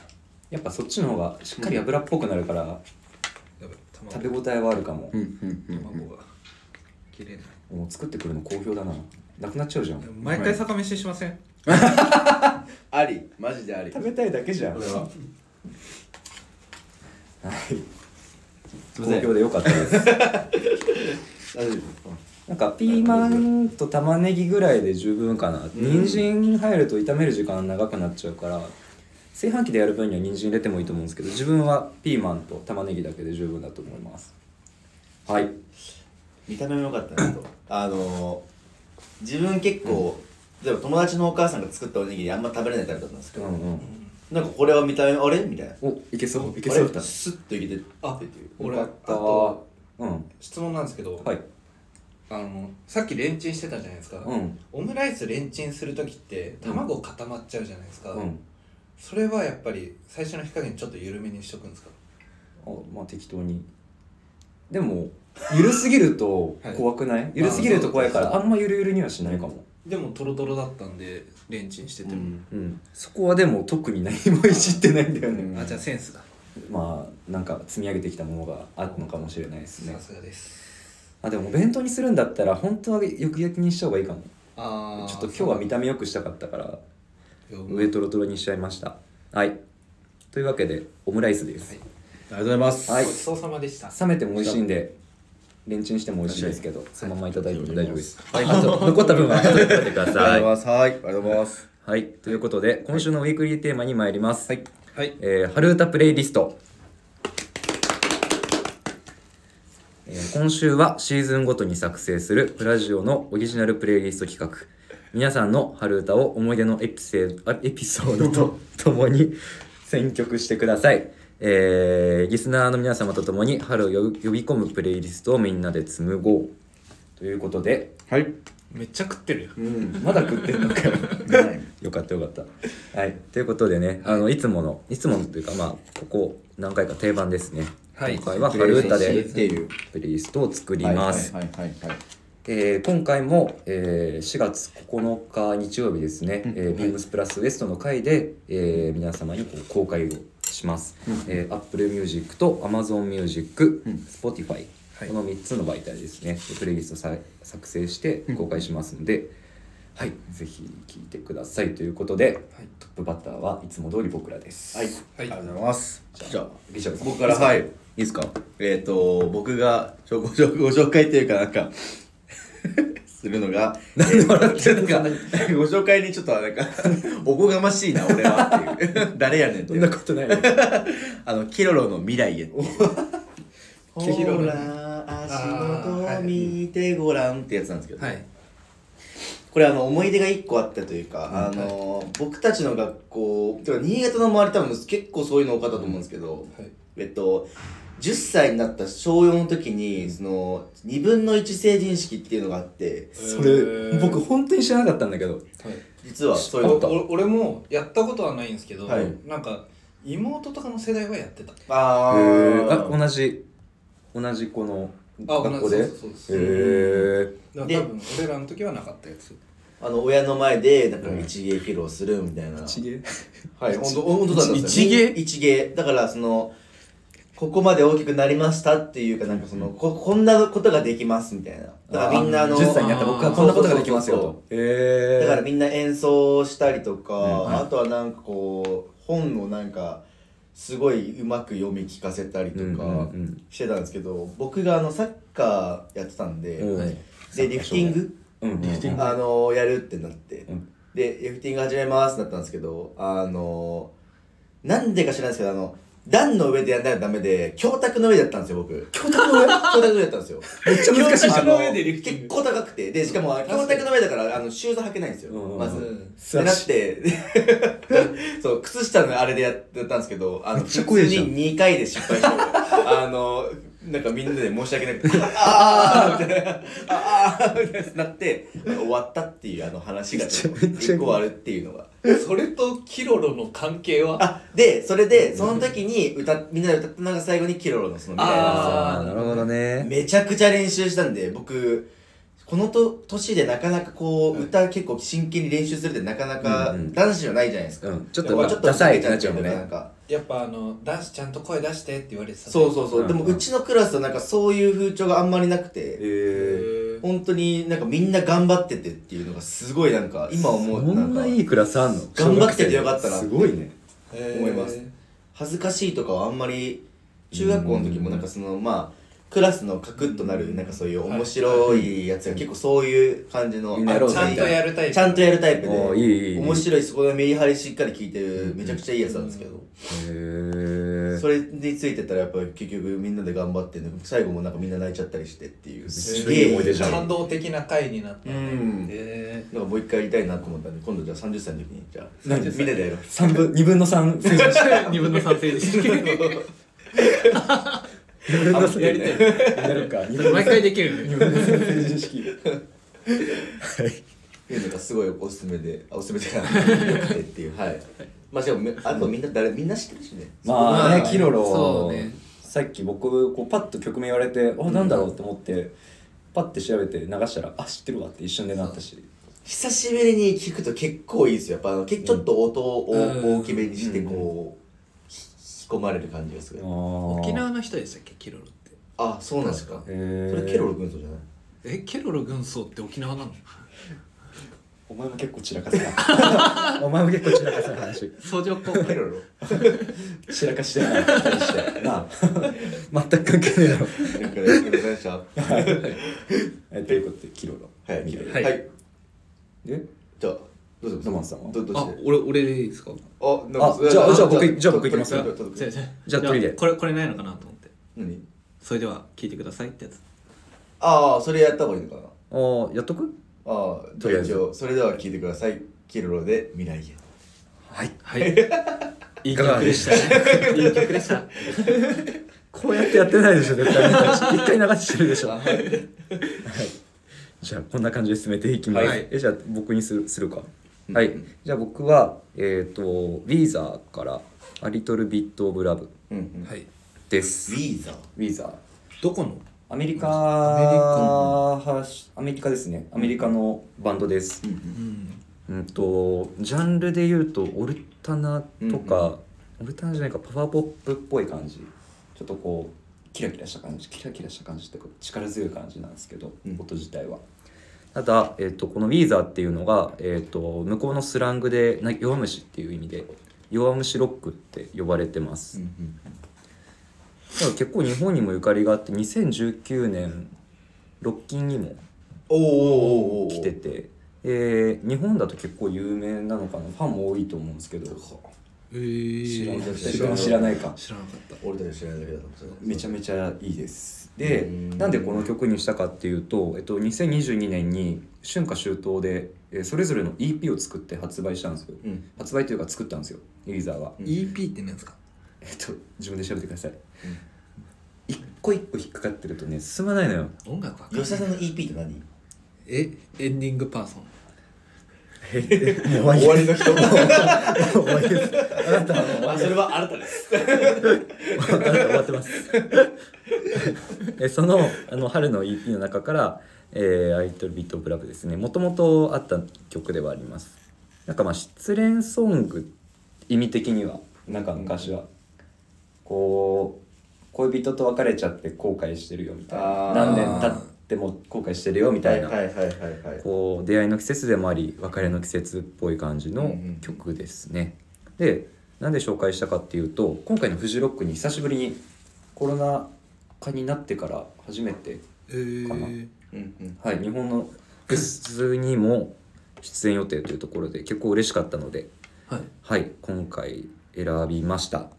S1: やっぱそっちの方がしっかり油っぽくなるから
S2: うんやばい卵
S1: 食べ応えはあるかも
S5: う、んうんうん
S2: 卵が切れない
S1: もう作ってくるの好評だななくなっちゃうじゃん
S2: 毎回酒飯しません
S5: ありマジであり
S1: 食べたいだけじゃん
S5: これは
S1: はい
S5: いませ
S1: 好
S5: ん
S1: 評でよかった です
S3: 大丈夫
S1: なんかピーマンと玉ねぎぐらいで十分かな人参入ると炒める時間長くなっちゃうから炊飯器でやる分には人参入れてもいいと思うんですけど自分はピーマンと玉ねぎだけで十分だと思いますはい
S3: 見た目も良かったなとあのー、自分結構、例えば友達のお母さんが作ったおにぎりあんま食べれないタイプだったんですけ
S1: うん
S3: ど、
S1: うん
S3: なんかこれは見た目あれみたいな
S1: おいけそういけ
S3: あ
S1: そう
S3: れ
S1: だった
S3: スッといけてっていう
S4: あ
S3: よ
S4: 俺
S1: よか
S4: あ
S1: った
S4: と
S1: うん
S4: 質問なんですけど、
S1: はい
S2: あのさっきレンチンしてたじゃないですか、
S1: うん
S2: オムライスレンチンする時って卵固まっちゃうじゃないですか、
S1: うん
S2: それはやっぱり最初の火加減ちょっと緩めにしとくんですか
S1: あまあ適当にでもゆるすぎると
S2: はい
S1: 怖くない、ゆるすぎると怖いから
S2: まあそ
S1: あんまゆるゆるにはしないかも
S2: でもトロトロだったんでレンチンしてても、
S1: うんそこはでも特に何 もいじってないんだよね、
S3: うん
S2: あじゃあセンスだ
S1: まあなんか積み上げてきたものがあるのかもしれないですね
S2: さすがです
S1: あでもお弁当にするんだったら本当はよく焼きにした方がいいかも
S2: あ
S1: ちょっと今日は見た目良くしたかったから
S2: 上
S1: 上トロトロにしちゃいましたはいというわけでオムライスです、
S3: ありがとうございます。
S1: はい
S2: ごちそうさまでした
S1: 冷めても美味しいんでレンチンしても美味しいですけどそのままいただいても大丈夫です、
S3: はい
S1: あと残った分は後で食べてくだ
S3: あ
S1: さ
S3: り
S1: い
S3: がとうございます。はい、ありがとうございます。
S1: はいということで今週のウィークリーテーマに参りますはい、
S2: はい
S1: えー、春歌プレイリストえー今週はシーズンごとに作成するプラジオのオリジナルプレイリスト企画皆さんの春歌を思い出のエピセあエピソードとともに選曲してください、えーリスナーの皆様とともに春を呼び呼び込むプレイリストをみんなで紡ごうということで
S3: はい。
S6: めっちゃ食ってるよ
S3: うん。
S1: まだ食ってんのかよ
S3: はい
S1: よかったよかった。はい、ということでね、あのいつものいつものというかまあここ何回か定番ですね。
S2: はい
S1: 今回は春歌
S3: 嬉
S1: で
S3: しいっていう。
S1: プレイリストを作ります。
S3: はいはいはいはい。
S1: えー今回も、えー4月9日日曜日ですね、えー、ビームスプラスウエストの回で、えー皆様にこう公開をします、えー、Apple Music と Amazon Music、
S3: うん
S1: Spotify
S2: はい
S1: この3つの媒体ですねでプレイリストさ作成して公開しますので、はいぜひ聴いてくださいということで、トップバッターはいつも通り僕らです
S3: はい。あ
S2: は
S3: り
S2: い
S3: がとうございます。じゃあ。
S1: リチャードさん
S3: 僕からはいいいですかえっ、と僕がちょご紹ご紹介というかなんか するのが
S1: 何笑ってんの
S3: なんかご紹介にちょっとなんか おこがましいな俺はって いう誰やねんって
S1: そん
S3: い
S1: な
S3: う
S1: ことないよ
S3: あのケロロの未来へっていう
S2: ケロロ
S3: 足元を見てごらんってやつなんですけど、
S2: はい
S3: これあの思い出が1個あったというか、
S2: うん
S3: あの僕たちの学校てか新潟の周り多分結構そういうの多かったと思うんですけど、
S2: はい
S3: えっと、10歳になった小4の時に、その、2分の1成人式っていうのがあって、
S1: そ
S2: え
S1: れ
S2: ー
S1: 僕本当に知らなかったんだけど
S2: はい
S3: 実はそういう
S1: あ
S3: の
S1: った
S3: が。
S2: お俺もやったことはないんですけど、
S3: はい
S2: なんか妹とかの世代はやってた
S3: あ
S1: へー
S3: ー
S1: あ同じ同じこの
S2: あ
S1: 学校で
S2: 同
S1: へ
S2: じそうそうそう
S1: え
S2: だか
S3: で
S2: ら多分俺らの時はなかったやつ
S3: あの、親の前で、なんか一芸披露するみたいな。 はい、本当本当だったんですよ
S6: 一芸
S3: 一芸。だから、その、ここまで大きくなりましたっていうか、なんかその、こ、こんなことができますみたいな。だからみんなあの、
S1: 10歳になった僕はこんなことができますよ
S3: そうそうそうそう
S1: とへ
S3: だから
S1: え
S3: みんな演奏したりとか、
S1: うん
S3: あとはなんかこう本をなんかすごいうまく読み聞かせたりと
S1: うんうん
S3: か
S1: うん
S3: してたんですけど、僕があのサッカーやってたんで、
S1: うん
S3: でリフティング、
S1: うん
S3: リフティングあのやるってなって、
S1: うん
S3: でリフティング始めますってなったんですけどあのなんでか知らないですけどあの段の上でやんないとダメで教卓の上でやったんですよ僕教卓の上教卓の上だったんですよ
S1: めっちゃ難しいじゃ
S3: あ
S1: ん
S3: の
S2: 上でリフティング
S3: 結構高くてでしかもあの教卓の上だからあのシューズ履けないんですよ、
S1: うん
S3: まず、
S2: うん
S3: ってなって でそう靴下のあれでやってたんですけどあの
S1: めっちゃ怖いじゃん
S3: 普通に2回で失敗してあのなんかみんなで申し訳なく て「ああ!」みたいな「ああ!」みたいななって終わったっていうあの話が
S1: めっちゃめっちゃ
S3: 1個あるっていうのが。
S2: それとキロロの関係は
S3: あでそれでその時に歌みんなで歌ったのが最後にケロロのそのみたいな
S1: あーなるほどね
S3: めちゃくちゃ練習したんで僕このと年でなかなかこう歌結構真剣に練習するってなかなか
S1: うんうん
S3: 男子じゃないじゃないですか、
S1: うんちょっ
S3: やぱ
S1: とダサいってなっちゃうもん
S3: とな
S1: ね
S3: んか
S2: やっぱあの「出しちゃんと声出して」って言われてた
S3: そうそうそう、
S1: うん
S3: でもうちのクラスはなんかそういう風潮があんまりなくて、
S1: へえ
S2: へ
S3: 本当になんかみんな頑張っててっていうのがすごいなんか今思
S1: こ
S3: うなん
S1: ん
S3: か
S1: ないいクラスあんの
S3: 頑張っててよかったな
S1: すごいね
S2: え
S3: 思います恥ずかしいとかはあんまり中学校の時もなんかそのまあクラスのカクッとなるなんかそういう面白いやつが結構そういう感じの
S1: みんなやろう
S3: あ
S1: ぜ
S2: ちゃ
S3: ちゃん
S2: ん
S3: と
S2: と
S3: や
S2: やるタイプ
S3: ちゃんとやるタイプ
S1: おーいいいいい
S3: で
S1: い
S3: 面白いそこでメリハリしっかり聞いてるめちゃくちゃいいやつなんですけど
S1: へえ
S3: それについてたらやっぱり結局みんなで頑張って最後もなんかみんな泣いちゃったりしてっていうすげ
S1: いい
S3: え
S1: 思い出じゃん
S2: 感動的な回になった
S3: うん
S2: え
S3: なんかもう一回やりたいなと思ったんで今度じゃあ30歳の時にじゃあみ
S1: 何
S3: んなでやろう
S1: 三分二分の三成人式
S6: 2分の3成人式
S1: 分の
S7: あ
S8: やりたい
S1: やるか。
S8: 毎 回できるね
S1: 日本の成人式。 はい。
S3: ていうのがすごいおすすめであおすすめじゃないよくてっていうはいまあしかもめあとみんな誰みんな知ってるしね
S1: まあ
S7: まあ
S1: ね、キロロ。
S8: そうね
S1: さっき僕こうパッと曲名言われて、あなんだろうと思って、パッて調べて流したら、あ知ってるわって一瞬でなったし。
S3: 久しぶりに聞くと結構いいですよやっぱあのけちょっと音を
S8: うん
S3: 大きめにしてこうひ引き込まれる感じがす
S1: あ
S3: る
S8: 沖
S1: 沖
S8: 縄の人でしたっけケロロって
S3: あそうなんですか
S1: へ
S3: そ
S1: え
S3: れケロロ軍曹じゃない
S8: えケロロ軍曹って沖縄なの
S1: お前も結構散らかすな お前も結構散らかすな話
S8: 相乗効果
S3: ケロロ
S1: 散らかしてない話してなあ 全く関係ないだろ
S3: なんかよくお願いしま
S1: えということでキロロ
S3: はいケロロ
S8: はい
S3: はい
S1: で
S3: じゃあどうぞ
S1: ゾマンさんは
S3: どどう
S2: あ
S3: して
S2: 俺俺でいいですか
S3: あなんか
S1: あじゃあ
S3: な
S1: じゃあ僕じゃあ僕行きます
S3: ちょっとちょっとちょっと
S1: じゃあ鳥で
S8: これこれないのかなと思って
S3: 何
S8: それでは聞いてくださいってやつ
S3: ああそれやった方がいいのかな
S1: あーやっとく
S3: ああ
S1: とりあえず
S3: じゃ一応それでは聞いてくださいケロロで未来へ
S1: はい
S8: はいいい曲でしたねいい曲でした
S1: こうやってやってないでしょ絶対一回流してるでしょはいじゃあこんな感じで進めていきます、
S8: はい
S1: えじゃあ僕にするするか、はいじゃあ僕はえっ、と「ウィーザーから「アリトルビット・オブ・ラブ
S3: うんうん
S2: はい」
S1: です
S3: ウィーザー
S1: ウィーザー
S2: どこの
S1: アメリカ
S2: ア
S1: はしアメリカですねアメリカのバンドです
S3: うんう
S8: うんん
S1: うんとジャンルで言うとオルタナとか、オルタナじゃないかパワーポップっぽい感じちょっとこうキラキラした感じキラキラした感じっていうか力強い感じなんですけど、
S3: うん
S1: 音自体はただ、えっとこの「ウィーザー」っていうのが、えっと向こうのスラングでな弱虫っていう意味で弱虫ロックって呼ばれてます、
S3: うんうん
S1: だから結構日本にもゆかりがあって2019年ロッキンにも
S3: おーおーおーおー
S1: 来てて、えー日本だと結構有名なのかなファンも多いと思うんですけど
S2: えー
S1: 知らない
S3: 知らない
S1: 知らないか
S2: 知らなかった
S3: 俺たち知らないだけだと思ってた
S1: めちゃめちゃいいですで
S3: うん
S1: なんでこの曲にしたかっていうと、えっと、2022年に春夏秋冬で、えーそれぞれの EP を作って発売したんですよ
S3: うん
S1: 発売というか作ったんですよユーザーは、
S3: うん
S2: EP って何ですか
S1: えっと自分で調べてください、一個一個引っかかってるとね進まないのよ
S8: 音楽は
S3: 吉田さんの EP って何
S2: えエンディングパーソン
S1: 終わ
S3: 終わ りの人
S1: 終わりですあなたは
S3: あそれはあなたです
S1: 終わってます。 えそのあの春の EP の中から「えー、アイトルビットブラブ」ですねもともとあった曲ではありますなんかまあ失恋ソング意味的にはなんか昔はこう恋人と別れちゃって後悔してるよみたいな
S3: あー
S1: 何年経っても後悔してるよみたいな
S3: はいはいはいはいはい
S1: こう出会いの季節でもあり別れの季節っぽい感じ
S3: うんう
S1: の
S3: ん
S1: 曲ですね。でなんで紹介したかっていうと今回のフジロックに久しぶりにコロナ禍になってから初めて、
S2: えー、
S3: うんうん
S1: はい、日本のフェスにも出演予定というところで結構嬉しかったので、
S8: はい
S1: はい、今回選びました。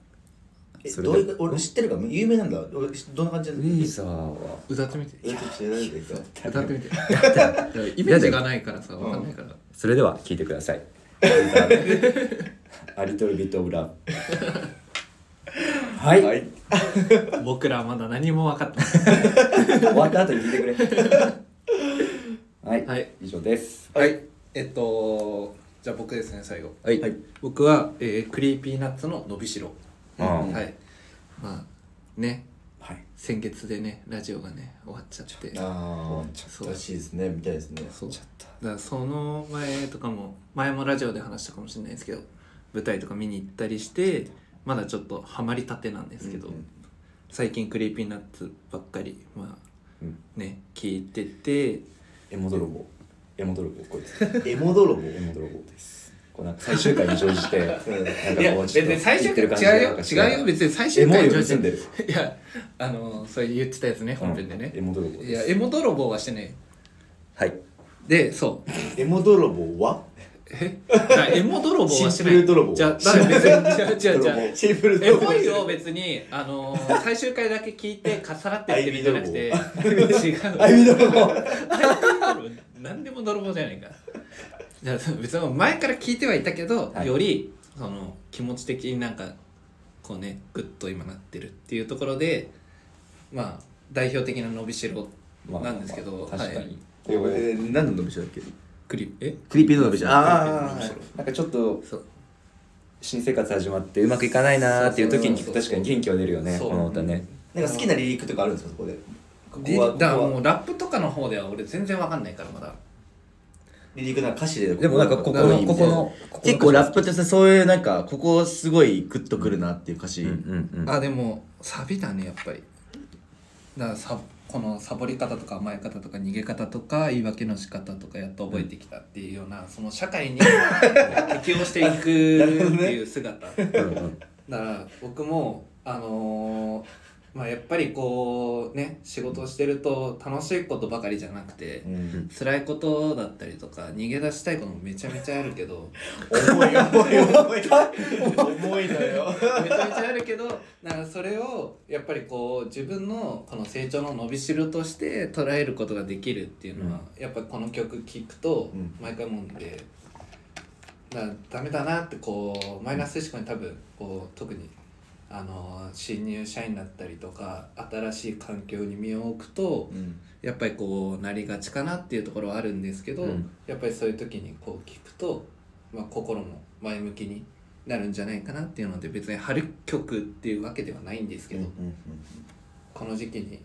S3: え
S1: それ
S3: ど
S1: で
S3: ういう俺知ってるか有名なんだ俺知どんな感じ
S1: ウ
S3: なんだ
S1: ィーザーは
S8: 歌ってみて
S3: え知らないですか
S8: 歌ってみてイメージが ないからさわかんないから
S1: それでは聞いてくだ さい。ウィーザーでアリトルビットオブラブ。はい
S3: はい
S8: 僕らまだ何も分かってない
S1: 終わった後に聞いてくれはい、
S8: はい
S1: 以上です
S2: はいえっとじゃあ僕ですね最後
S1: はい、
S3: はい
S2: 僕は、えー、クリーピーナッツの伸びしろ、
S1: ああはい、
S2: はいまあね
S1: はい、
S2: 先月でねラジオがね終わっちゃってだか
S3: ああ
S2: そう
S3: らしいですねみたいですね
S2: そう
S1: ちょっと
S2: らその前とかも前もラジオで話したかもしれないですけど舞台とか見に行ったりしてまだちょっとハマりたてなんですけど、
S3: うんうん
S2: 最近クリーピーナッツばっかりまあ、
S1: うん
S2: ね聞いてて
S1: エモ泥棒エモ泥棒こいつ
S3: エモ泥棒
S1: エモ泥棒ですこうなんか最終回に乗じてなんかこうちょっと言ってる感じが
S2: 違
S1: なん
S2: うよ
S1: かして
S2: 違うよ別に最終
S1: エモ
S2: 回
S1: よ
S2: に乗
S1: り
S2: じ
S1: 住んで
S2: て
S1: る
S2: いやあのそれ言ってたやつね本編でね
S1: うん、エモ泥棒
S2: い
S1: で
S2: や
S1: す
S2: エモ泥棒はしてね
S1: はい
S2: でそう
S3: エモ泥棒は
S2: えじゃあエモ泥棒はしてない
S3: シンプル泥棒
S2: じゃあだから別に違う違う違う
S3: シンプル
S2: エ
S3: 泥棒
S2: モ いを別に、あのー、最終回だけ聞いてかっさらってってるんじゃなくて 違う
S3: あいみ泥棒
S2: 何でも泥棒じゃないかじゃあ別に前から聞いてはいたけど、
S1: はい
S2: よりその気持ち的になんかこうねグッと今なってるっていうところでまあ代表的な伸びしろなんですけど、
S1: まあ確か
S2: はい
S1: に、
S3: えー何の伸びしろだっけ
S2: クリえ
S3: クリーピーの伸びしろ
S2: あー
S3: クリーピーの伸びしろ
S1: なんかちょっと
S2: そう
S1: 新生活始まってうまくいかないなーっていう時に聞
S2: そ
S1: く
S2: うそうそう
S1: 確かに元気は出るよね
S2: そう
S1: この歌ね
S3: なんか好きなリリックとかあるんですかそこでこ
S2: で
S3: こは
S2: だから
S3: ここは
S2: もうラップとかの方では俺全然わかんないからまだ
S3: リリックなんか歌詞で
S1: でもなんかここのここのここの
S3: 結構ラップってさそういうなんかここすごいグッとくるなっていう歌詞、
S1: うんうんうん
S2: あでもサビだねやっぱりだからさこのサボり方とか甘え方とか逃げ方とか言い訳の仕方とかやっと覚えてきたっていうようなその社会に適応していくっていう姿
S1: うんうん
S2: だから僕もあのーまあやっぱりこうね仕事をしてると楽しいことばかりじゃなくて
S3: うん
S2: 辛いことだったりとか逃げ出したいこともめちゃめちゃあるけど
S3: 重い重い重い重いのよ
S2: めちゃめちゃあるけどだからそれをやっぱりこう自分のこの成長の伸びしろとして捉えることができるっていうのは、やっぱりこの曲聴くと
S3: うん
S2: 毎回思うんで。だからダメだなってこうマイナス思考に多分こう特にあの新入社員だったりとか新しい環境に身を置くとやっぱりこうなりがちかなっていうところはあるんですけど、
S1: うん
S2: やっぱりそういう時にこう聞くと、まあ、心も前向きになるんじゃないかなっていうので別に春曲っていうわけではないんですけど、この時期に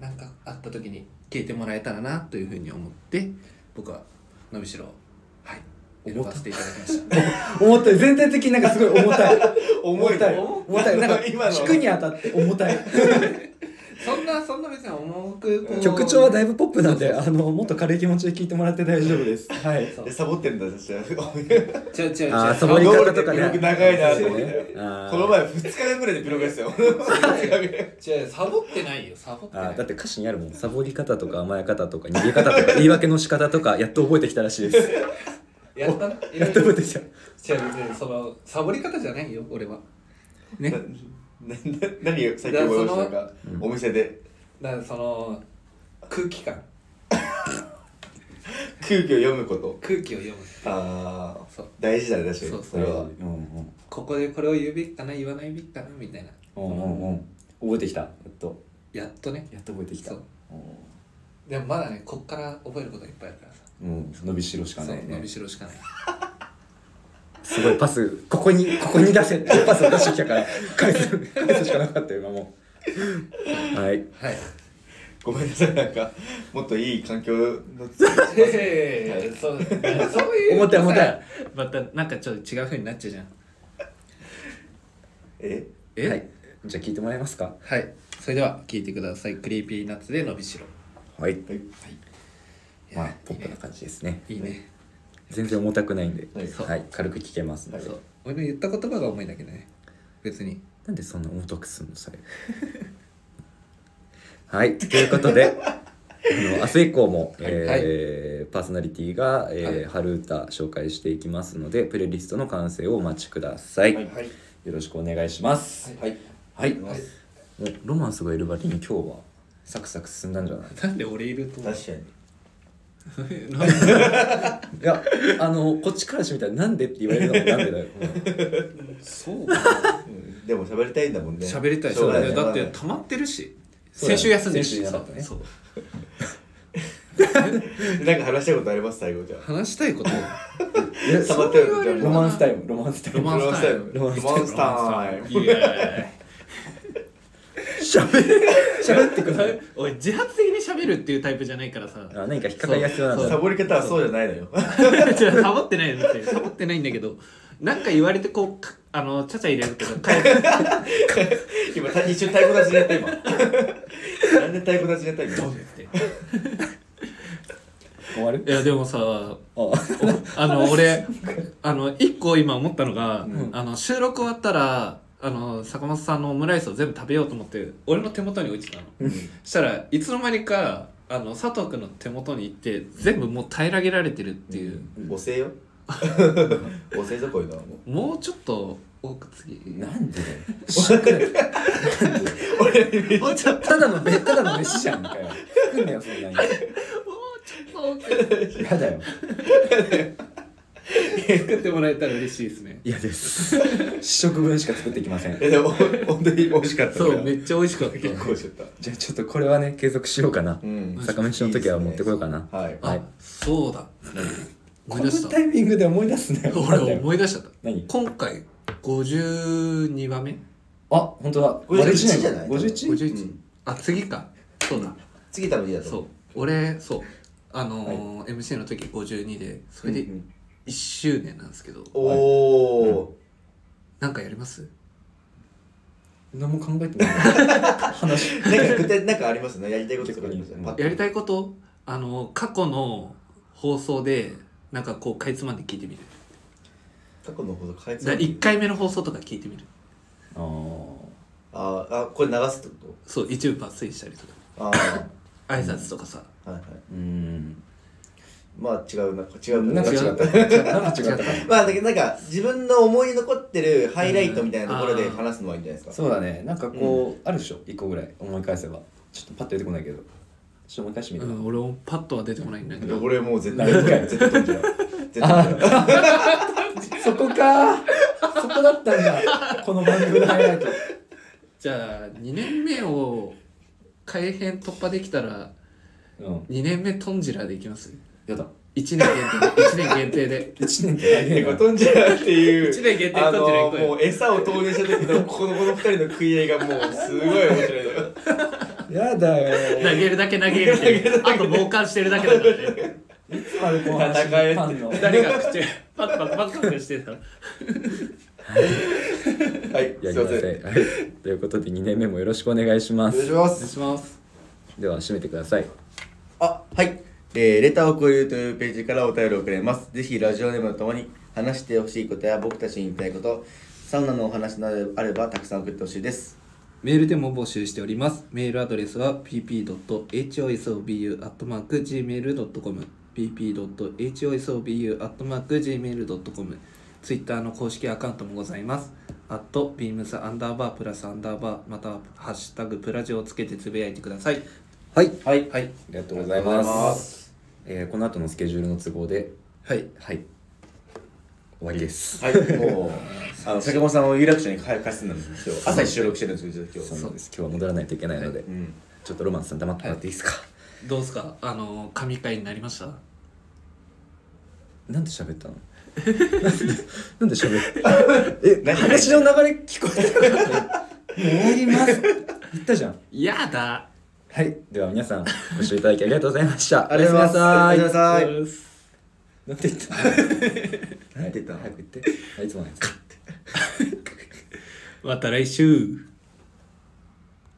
S2: 何かあった時に聴いてもらえたらなというふうに思って僕は伸びしろをはい選ばせていただきました。
S9: 重たい全体的になんかすごい重たい 重たい重たいなんか
S3: 今の
S9: 聞くにあたって重たい
S2: そんなそんな別に重くこう
S9: 曲調はだいぶポップなんであのもっと軽い気持ちで聞いてもらって大丈夫です はい
S2: そう
S3: でサボってんだ私は
S2: 違う違う違う
S1: あーサボり方とか
S3: ブ
S1: ね
S3: ログ長 いなと思っ
S1: ね
S3: て
S1: あー
S3: この前2日間ぐらいでブログですよ
S2: 違うサボってないよサボって
S1: あ
S2: な
S1: ーだっ
S2: い
S1: て歌詞にあるもんサボり方とか甘え方とか逃げ方と か言い訳の仕方とかやっと覚えてきたらしいです
S2: やったな
S1: やっと覚えてきた
S2: 違う別にそのサボり方じゃないよ俺はね
S3: なな何をさっき思いましたかお店で
S2: だからその空気感
S3: 空気を読むこと
S2: 空気を読む
S3: ああ
S2: そう
S3: 大事だね確かに
S2: そうそう
S3: それは
S1: うんうん
S2: ここでこれを言うべきかな言わないべきかなみたいな
S1: うんうんうん覚えてきたやっと
S2: やっとね
S1: やっと覚えてきた
S2: そうでもまだねこっから覚えることがいっぱいあるからさ
S1: うん伸びしろしか
S2: そ
S1: な
S2: う
S1: い
S2: 伸
S1: ね
S2: びしろしかない
S1: すごいパスここにここに出せっていうパスを出してきたから返す返すしかなかったよ今もうはい
S2: はい
S3: ごめんなさいなんかもっといい環境の
S2: へえそうそういう
S1: 重たい重たい
S2: またなんかちょっと違う風になっちゃうじゃん
S3: え
S2: え
S1: はい、じゃあ聞いてもらえますか
S2: はいそれでは聞いてくださいクリーピーナッツで伸びしろ
S1: はい
S3: はい
S2: いや
S1: まあポップな感じですね
S2: いいね
S1: 全然重たくないんで、
S3: はい
S1: はい、軽く聞けますので
S2: そう俺の言った言葉が重いだけだね別に
S1: なんでそんな重たくすんのそれはいということであの明日以降も、えーパーソナリティが、えー春歌紹介していきますのでプレイリストの完成をお待ちください、
S3: はい
S1: よろしくお願いします
S3: はい
S1: はい、おロマンスがいる割に今日はサクサク進んだんじゃない
S2: なんで俺いると
S3: 確かに
S1: いやあのこっちからしてみたらなんでって言われるのもなんでだ よ、
S2: そう
S3: うんでも喋りたいんだもんね
S2: 喋りたい
S3: しょうが
S2: だ,、
S3: ない
S2: だって
S3: まあ
S2: 溜まってるし
S1: そうだね
S2: 先週休んでるし
S1: 先週
S2: そ
S1: 休ん
S2: う
S1: だね
S2: そう
S3: なんか話したいことあります最後じゃあ
S2: 話したいこと
S1: いや
S3: 溜まってるのじゃあ
S1: ロマンスタイムロマンスタイ
S2: ロ
S1: ム
S2: マンスタイム
S3: ロマンスタイムロマンスタイム
S2: いや
S1: しゃべってください
S10: おい自発的に喋るっていうタイプじゃないから さ
S1: あ何か引っかかりが必要なんだ
S3: サボり方はそうじゃないのよ
S10: 違うサボってないのってサボってないんだけどなんか言われてこうかあのちゃちゃ入れるけど帰る
S3: 今た一瞬太鼓立ちでやった今なんで太鼓立ちでやった今
S10: って
S1: 終わる
S10: いやでもさ
S1: あ
S10: あの俺あの一個今思ったのが、あの収録終わったらあの坂本さんのオムライスを全部食べようと思って俺の手元に置いてたのしたらいつの間にかあの佐藤君の手元に行って全部もう平らげられてるっていう、
S3: おせよおせぞこういうのはもう
S10: もうちょっと多く次
S1: なんで
S10: もうち ょっと
S1: ただのべただの飯じゃんかよ作んねよそんなに
S10: 多く
S1: やだよ
S11: 作ってもらえたら嬉しいですね
S1: 嫌です。試食分しか作ってきません。
S3: えでも本当に美味しかった
S2: そうめ
S3: 結
S2: っちゃ美味しかった
S3: 構美味しかっ
S1: じゃあちょっとこれはね、継続しようかな
S3: た。うん
S1: 坂飯の時は持ってこようかな。
S3: はい
S1: はい
S2: あそうだ思
S12: こ
S2: い
S12: の
S2: 出し
S12: タ
S2: た
S12: イミングで思い出すね。
S2: 俺思い出しちゃった
S1: 何
S2: 今回52話目
S1: あ、本当だ。
S3: 51じゃない
S1: 51?
S2: 51、あ次かそうだ
S3: 次多分いいだと
S2: そ
S3: 思
S2: う俺そうあのー MC の時52でそれで
S3: うんうん
S2: 1周年なんですけど
S3: おお
S2: なんかやります
S1: 何も考えてない。
S3: なんか具体なんかありますねやりたいこととかありますねパッと
S2: やりたいことあのー過去の放送でなんかこうかいつまんで聞いてみる
S3: 過去のこと変えて
S2: だ1回目の放送とか聞いてみる
S1: あー
S3: あーあこれ流すってこ
S2: そう一部抜粋したりとか
S3: とああ
S2: 挨拶とかさ、
S3: はいはい
S1: うん。
S3: まあ違うな違う
S1: なんか違
S3: 違
S1: っ
S3: う
S1: た。なんか違ったか。
S3: まあだけどなんか自分の思いに残ってるハイライトみたいなところで
S2: うん
S3: 話すのはいいんじゃないですか
S1: そうだね。なんかこう、あるでしょ。一個ぐらい思い返せば。ちょっとパッと出てこないけど。ちょっと思い返してみ
S2: う
S1: るわ。
S2: ん、俺もパッとは出てこないんだけ
S3: いや
S2: ど
S3: 俺もう絶対
S1: 何回
S3: 絶対飛んじゃう絶対飛んじゃう
S1: そこか そこだったんだ。この番組のハイライト。
S2: じゃあ2年目を改編突破できたら
S1: うん。
S2: 2年目トンジラでいきます
S1: やだ。
S2: 1年限定で1年限定で
S1: 1年って長
S3: てか
S1: いな。
S3: 飛んじゃうっていう
S2: 一年限定
S3: あ
S2: 飛んじゃう
S3: の
S2: 一個や
S3: もう餌を投入した時のこのこの二人の食い合いがもうすごい面白いのよ
S1: やだ
S2: 投
S1: よ。
S2: げるだけ投げるっていうあと傍観してるだけだからね
S1: いつまでこう
S3: 戦え
S1: パンの。
S2: 誰が口パッパッパッパッしてたら
S1: やりま
S3: はいすいません
S1: せん。はいということで2年目もよろしくお願いしま
S3: お願いし
S1: す。
S2: お
S3: ます
S2: 願いします
S1: では締めてください。
S3: あ、はい。えー、レターを超えるというページからお便りをくれます。ぜひラジオネームとともに話してほしいことや僕たちに言いたいこと、サウナのお話などあればたくさん送ってほしいです。
S2: メールでも募集しております。メールアドレスは pp.hosobu.gmail.com pp.hosobu.gmail.com ツイッターの公式アカウントもございます。アットビームスアンダーバープラスアンダーバーまたはハッシュタグプラジオをつけてつぶやいてください。
S1: はい。
S3: はい。
S2: は
S1: あ
S2: い。
S1: りがとうございま。
S3: ありがとうございます
S1: えーこの後のスケジュールの都合で、
S2: はい。
S1: はい。終わりです。
S3: はい、もう、あの、坂本さんを有楽町に帰かすんだんですよ。朝に収録してるんですよ、実は今日。
S1: そうです。今日は戻らないといけないので、
S3: うん。
S1: ちょっとロマンさん黙ってもらっていいですか。
S2: どうですかあの、神回になりました
S1: なんで喋っ たのなんで喋ったえ、話の流れ聞こえなかったもう終わります言ったじゃん。
S2: やだ
S1: はい。では皆さん、ご視聴いただきありがとうございました。
S3: ありがとうございます。ありがとうご
S1: おやすみなさ
S2: うっす
S3: ざいます。
S1: いなんて言った
S3: なんて言ったの
S1: はい早く言って。あいつものやつ。
S2: また来週